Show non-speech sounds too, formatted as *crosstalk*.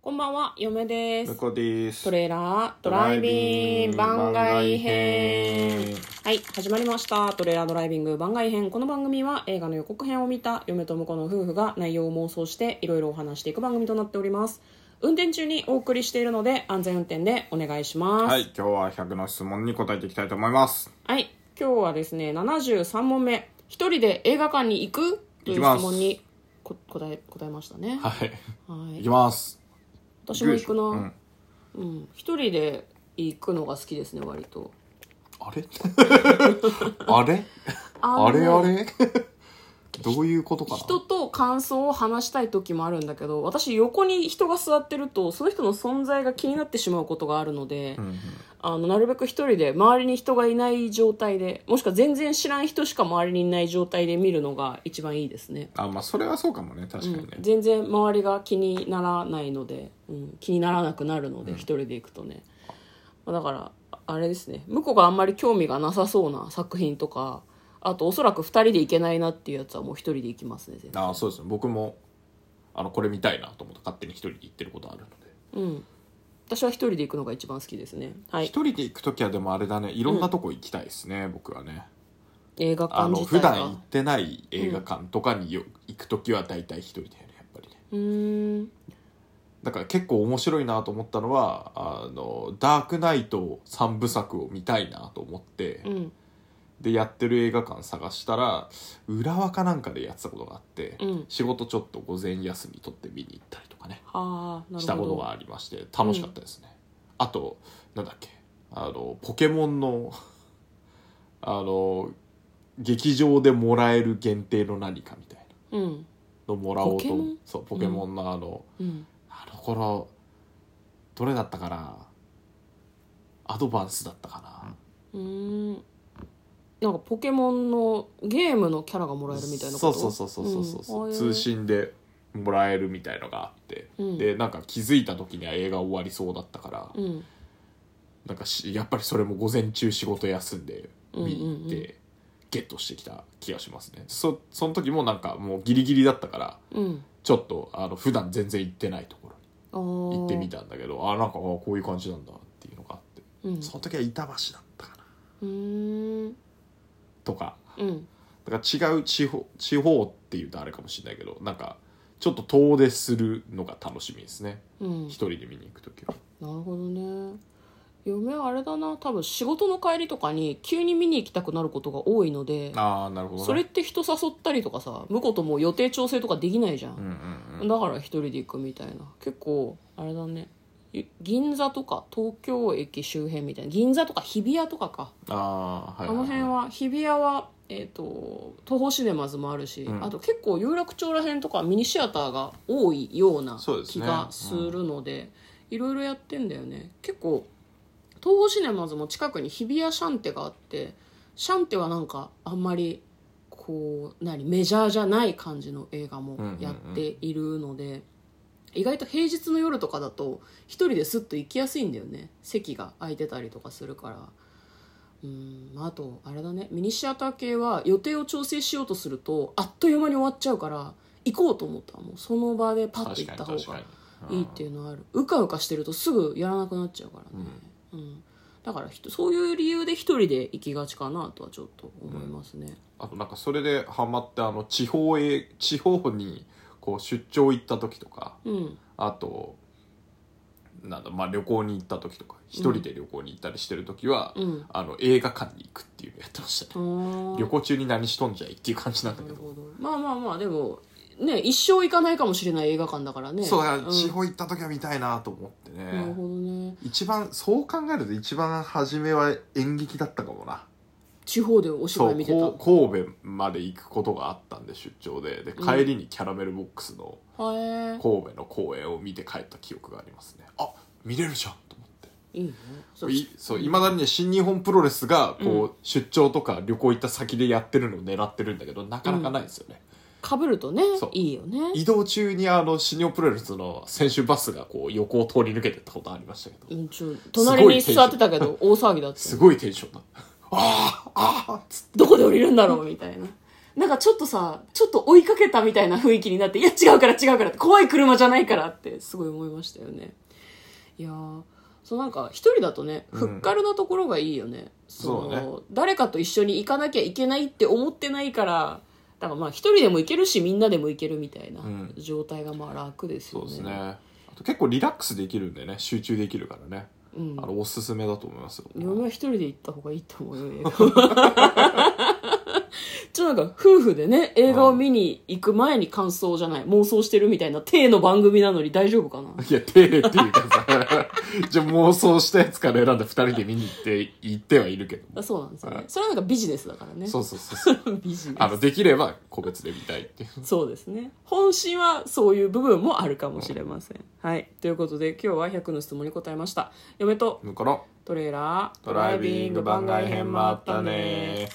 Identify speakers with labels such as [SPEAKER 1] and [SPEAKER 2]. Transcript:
[SPEAKER 1] こんばんは、嫁です
[SPEAKER 2] 向。こうです
[SPEAKER 1] トレーラードライビング番外編。はい、始まりました。トレーラードライビング番外編。この番組は映画の予告編を見た嫁と婿の夫婦が内容を妄想していろいろお話していく番組となっております。運転中にお送りしているので安全運転でお願いします。
[SPEAKER 2] はい今日は100の質問に答えていきたいと思います
[SPEAKER 1] はい、今日はですね、73問目。一人で映画館に行くという質問にこ答え、答えましたね。は
[SPEAKER 2] はい
[SPEAKER 1] い。
[SPEAKER 2] いきます
[SPEAKER 1] 私も行くな。
[SPEAKER 2] う
[SPEAKER 1] うん
[SPEAKER 2] ん、
[SPEAKER 1] 一人で行くのが好きですね、割と。
[SPEAKER 2] あれあれ *laughs* あれあれ *laughs* どういうことかな
[SPEAKER 1] 人と感想を話したい時もあるんだけど私横に人が座ってるとその人の存在が気になってしまうことがあるので、
[SPEAKER 2] うんうん
[SPEAKER 1] あのなるべく一人で周りに人がいない状態でもしくは全然知らん人しか周りにいない状態で見るのが一番いいですね、
[SPEAKER 2] あまあそれはそうかもね確か
[SPEAKER 1] う
[SPEAKER 2] にね
[SPEAKER 1] ん、、全然周りが気にならないので、うん、気にならなくなるので一人で行くとね、まあだからああれですね向こうがあんまり興味がなさそうな作品とかあとおそらく二人で行けないなっていうやつはもう一人で行きますね絶対
[SPEAKER 2] あそうですね僕もあのこれ見たいなと思って勝手に一人で行ってることあるので
[SPEAKER 1] うん、私は一人で行くのが一番好きですね、はい、
[SPEAKER 2] 一人で行く時はでもあれだねいろんなとこ行きたいですね、僕はね
[SPEAKER 1] 映画
[SPEAKER 2] あ
[SPEAKER 1] 館
[SPEAKER 2] の
[SPEAKER 1] 自
[SPEAKER 2] 普
[SPEAKER 1] 体
[SPEAKER 2] 段行っ
[SPEAKER 1] が
[SPEAKER 2] てない映画館とかによ、行く時は大体一人だよねやっぱりね
[SPEAKER 1] うーん
[SPEAKER 2] だから結構面白いなと思ったのはあのダークナイト三部作を見たいなと思って、
[SPEAKER 1] うん
[SPEAKER 2] でやってる映画館探したら浦和かなんかでやってたことがあって、
[SPEAKER 1] うん
[SPEAKER 2] 仕事ちょっと午前休み取って見に行ったりとかね
[SPEAKER 1] はあなるほど
[SPEAKER 2] したことがありまして楽しかったですね、あとなんだっけあのポケモンの *laughs* あの劇場でもらえる限定の何かみたい
[SPEAKER 1] うん
[SPEAKER 2] なのもらおう
[SPEAKER 1] ポケ
[SPEAKER 2] と
[SPEAKER 1] モン
[SPEAKER 2] そうポケモンのあの、
[SPEAKER 1] うん
[SPEAKER 2] あの頃どれだったかなアドバンスだったか
[SPEAKER 1] うーんなんかポケモンのゲームのキャラがも
[SPEAKER 2] な、
[SPEAKER 1] らえるみたいな
[SPEAKER 2] そ
[SPEAKER 1] こ
[SPEAKER 2] う
[SPEAKER 1] と
[SPEAKER 2] そうそうそうそうそうそう、
[SPEAKER 1] ん
[SPEAKER 2] 通信でもらえるみたいのがあって、
[SPEAKER 1] うん
[SPEAKER 2] でなんか気づいた時には映画終わりそうだったから、
[SPEAKER 1] うん
[SPEAKER 2] なんかしやっぱりそれも午前中仕事休んで見に行っ
[SPEAKER 1] うんうんうん
[SPEAKER 2] てゲットしてきた気がしますねそその時もなんかもうギリギリだったから
[SPEAKER 1] うん
[SPEAKER 2] ちょっとあの普段全然行ってないところ
[SPEAKER 1] あー
[SPEAKER 2] に行ってみたんだけどあなんかあこういう感じなんだっていうのがあって、
[SPEAKER 1] うんう
[SPEAKER 2] その時は板橋だったかな
[SPEAKER 1] ーん
[SPEAKER 2] とか
[SPEAKER 1] うん
[SPEAKER 2] だから違う地方地方っていうとあれかもしれないけどなんかちょっと遠出するのが楽しみですね
[SPEAKER 1] うん
[SPEAKER 2] 一人で見に行く時は
[SPEAKER 1] なるほどね嫁はあれだな多分仕事の帰りとかに急に見に行きたくなることが多いので
[SPEAKER 2] ああなるほど、ね、
[SPEAKER 1] それって人誘ったりとかさ向こうともう予定調整とかできないじゃ
[SPEAKER 2] うん
[SPEAKER 1] ん、
[SPEAKER 2] うんうん
[SPEAKER 1] だから一人で行くみたいな結構あれだねゆ銀座とか東京駅周辺みたいな銀座とか日比谷とかか、
[SPEAKER 2] ああーはい
[SPEAKER 1] あの辺
[SPEAKER 2] は
[SPEAKER 1] は日比谷は、えー、と東宝シネマズもあるし、
[SPEAKER 2] うん
[SPEAKER 1] あと結構有楽町ら辺とかミニシアターが多いような
[SPEAKER 2] そうです
[SPEAKER 1] 気
[SPEAKER 2] ね
[SPEAKER 1] がするのでいろいろやってんだよね結構東宝シネマズも近くに日比谷シャンテがあってシャンテはなんかあんまりこう何メジャーじゃない感じの映画もやっているので、意外と平日の夜とかだと一人ですっと行きやすいんだよね席が空いてたりとかするから。うんあとあれだねミニシアター系は予定を調整しようとするとあっという間に終わっちゃうから行こうと思ったらもうその場でパッと
[SPEAKER 2] 確
[SPEAKER 1] 行
[SPEAKER 2] か
[SPEAKER 1] っ
[SPEAKER 2] に
[SPEAKER 1] た方
[SPEAKER 2] 確か
[SPEAKER 1] が
[SPEAKER 2] に
[SPEAKER 1] いいっていうのはあるうかうかしてるとすぐやらなくなっちゃうからね、うんだからひとそういう理由で一人で行きがちかなとはちょっと思いますね、
[SPEAKER 2] あとなんかそれでハマってあの地方へ地方にこう出張行った時とか
[SPEAKER 1] うん
[SPEAKER 2] あとなんだまあ旅行に行った時とか一人で旅行に行ったりしてる時は、
[SPEAKER 1] うん
[SPEAKER 2] あの映画館に行くっていうのやってました
[SPEAKER 1] あ
[SPEAKER 2] ね、
[SPEAKER 1] ー
[SPEAKER 2] 旅行中に何しとんじゃいっていう感じなんだ
[SPEAKER 1] な
[SPEAKER 2] け
[SPEAKER 1] る
[SPEAKER 2] ど
[SPEAKER 1] ほどまあまあまあでもね一生行かないかもしれない映画館だからね
[SPEAKER 2] そうだから
[SPEAKER 1] ん
[SPEAKER 2] 地方行った時は見たいなと思って
[SPEAKER 1] なる
[SPEAKER 2] ね、
[SPEAKER 1] ほどね
[SPEAKER 2] 一番そう考えると一番初めは演劇だったかもな
[SPEAKER 1] 地方でお芝
[SPEAKER 2] そ
[SPEAKER 1] 居
[SPEAKER 2] う
[SPEAKER 1] 見てた
[SPEAKER 2] こう神戸まで行くことがあったんで出張でで帰りにキャラメルボックスの
[SPEAKER 1] へえ
[SPEAKER 2] 神戸の公演を見て帰った記憶がありますねあ見れるじゃんと思って
[SPEAKER 1] いいねそう
[SPEAKER 2] いそういまだにね新日本プロレスがこう、出張とか旅行行った先でやってるのを狙ってるんだけどなかなかないですよね、
[SPEAKER 1] かぶるとね
[SPEAKER 2] そう
[SPEAKER 1] いいよね
[SPEAKER 2] 移動中にあの新日本プロレスの選手バスがこう横を通り抜けてったことありましたけど、
[SPEAKER 1] うんちょ隣に座ってたけど大騒ぎだった
[SPEAKER 2] すごいテンションだ *laughs* あーあーっつって
[SPEAKER 1] どこで降りるんだろうみたいななんかちょっとさ、ちょっと追いかけたみたいな雰囲気になって、いや違うから違うからって、怖い車じゃないからってすごい思いましたよね。いやー、そうなんか一人だとね、
[SPEAKER 2] うん
[SPEAKER 1] ふっかるなところがいいよね。の
[SPEAKER 2] そう
[SPEAKER 1] 誰かと一緒に行かなきゃいけないって思ってないから、だからまあ一人でも行けるし、みんなでも行けるみたいな
[SPEAKER 2] うん
[SPEAKER 1] 状態がまあ楽です
[SPEAKER 2] そ
[SPEAKER 1] よ
[SPEAKER 2] う
[SPEAKER 1] ね。
[SPEAKER 2] ですね。あと結構リラックスできるんでね、集中できるからね。
[SPEAKER 1] うん
[SPEAKER 2] あのおすすめだと思いますよ。
[SPEAKER 1] 嫁は一人で行った方がいいと思うよ、映画
[SPEAKER 2] *laughs*
[SPEAKER 1] はちょっとなんか夫婦でね、映画を見に行く前に感想じゃない、妄想してるみたいな、体の番組なのに大丈夫かな
[SPEAKER 2] いや、手っていうかさ、 *laughs* じゃあ妄想したやつから選んで二人で見に行って、行ってはいるけども
[SPEAKER 1] あそうなんですよ
[SPEAKER 2] は
[SPEAKER 1] ね
[SPEAKER 2] い。
[SPEAKER 1] それはなんかビジネスだからね。
[SPEAKER 2] そうそうそう *laughs* そう。
[SPEAKER 1] *laughs* ビジネ
[SPEAKER 2] あの、
[SPEAKER 1] ス。
[SPEAKER 2] できれば個別で見たいっていう。
[SPEAKER 1] そうですね。本心はそういう部分もあるかもしれません。はい。ということで今日は100の質問に答えました。嫁と
[SPEAKER 2] だから、
[SPEAKER 1] トレーラー、
[SPEAKER 2] ドライビング番外編もあったね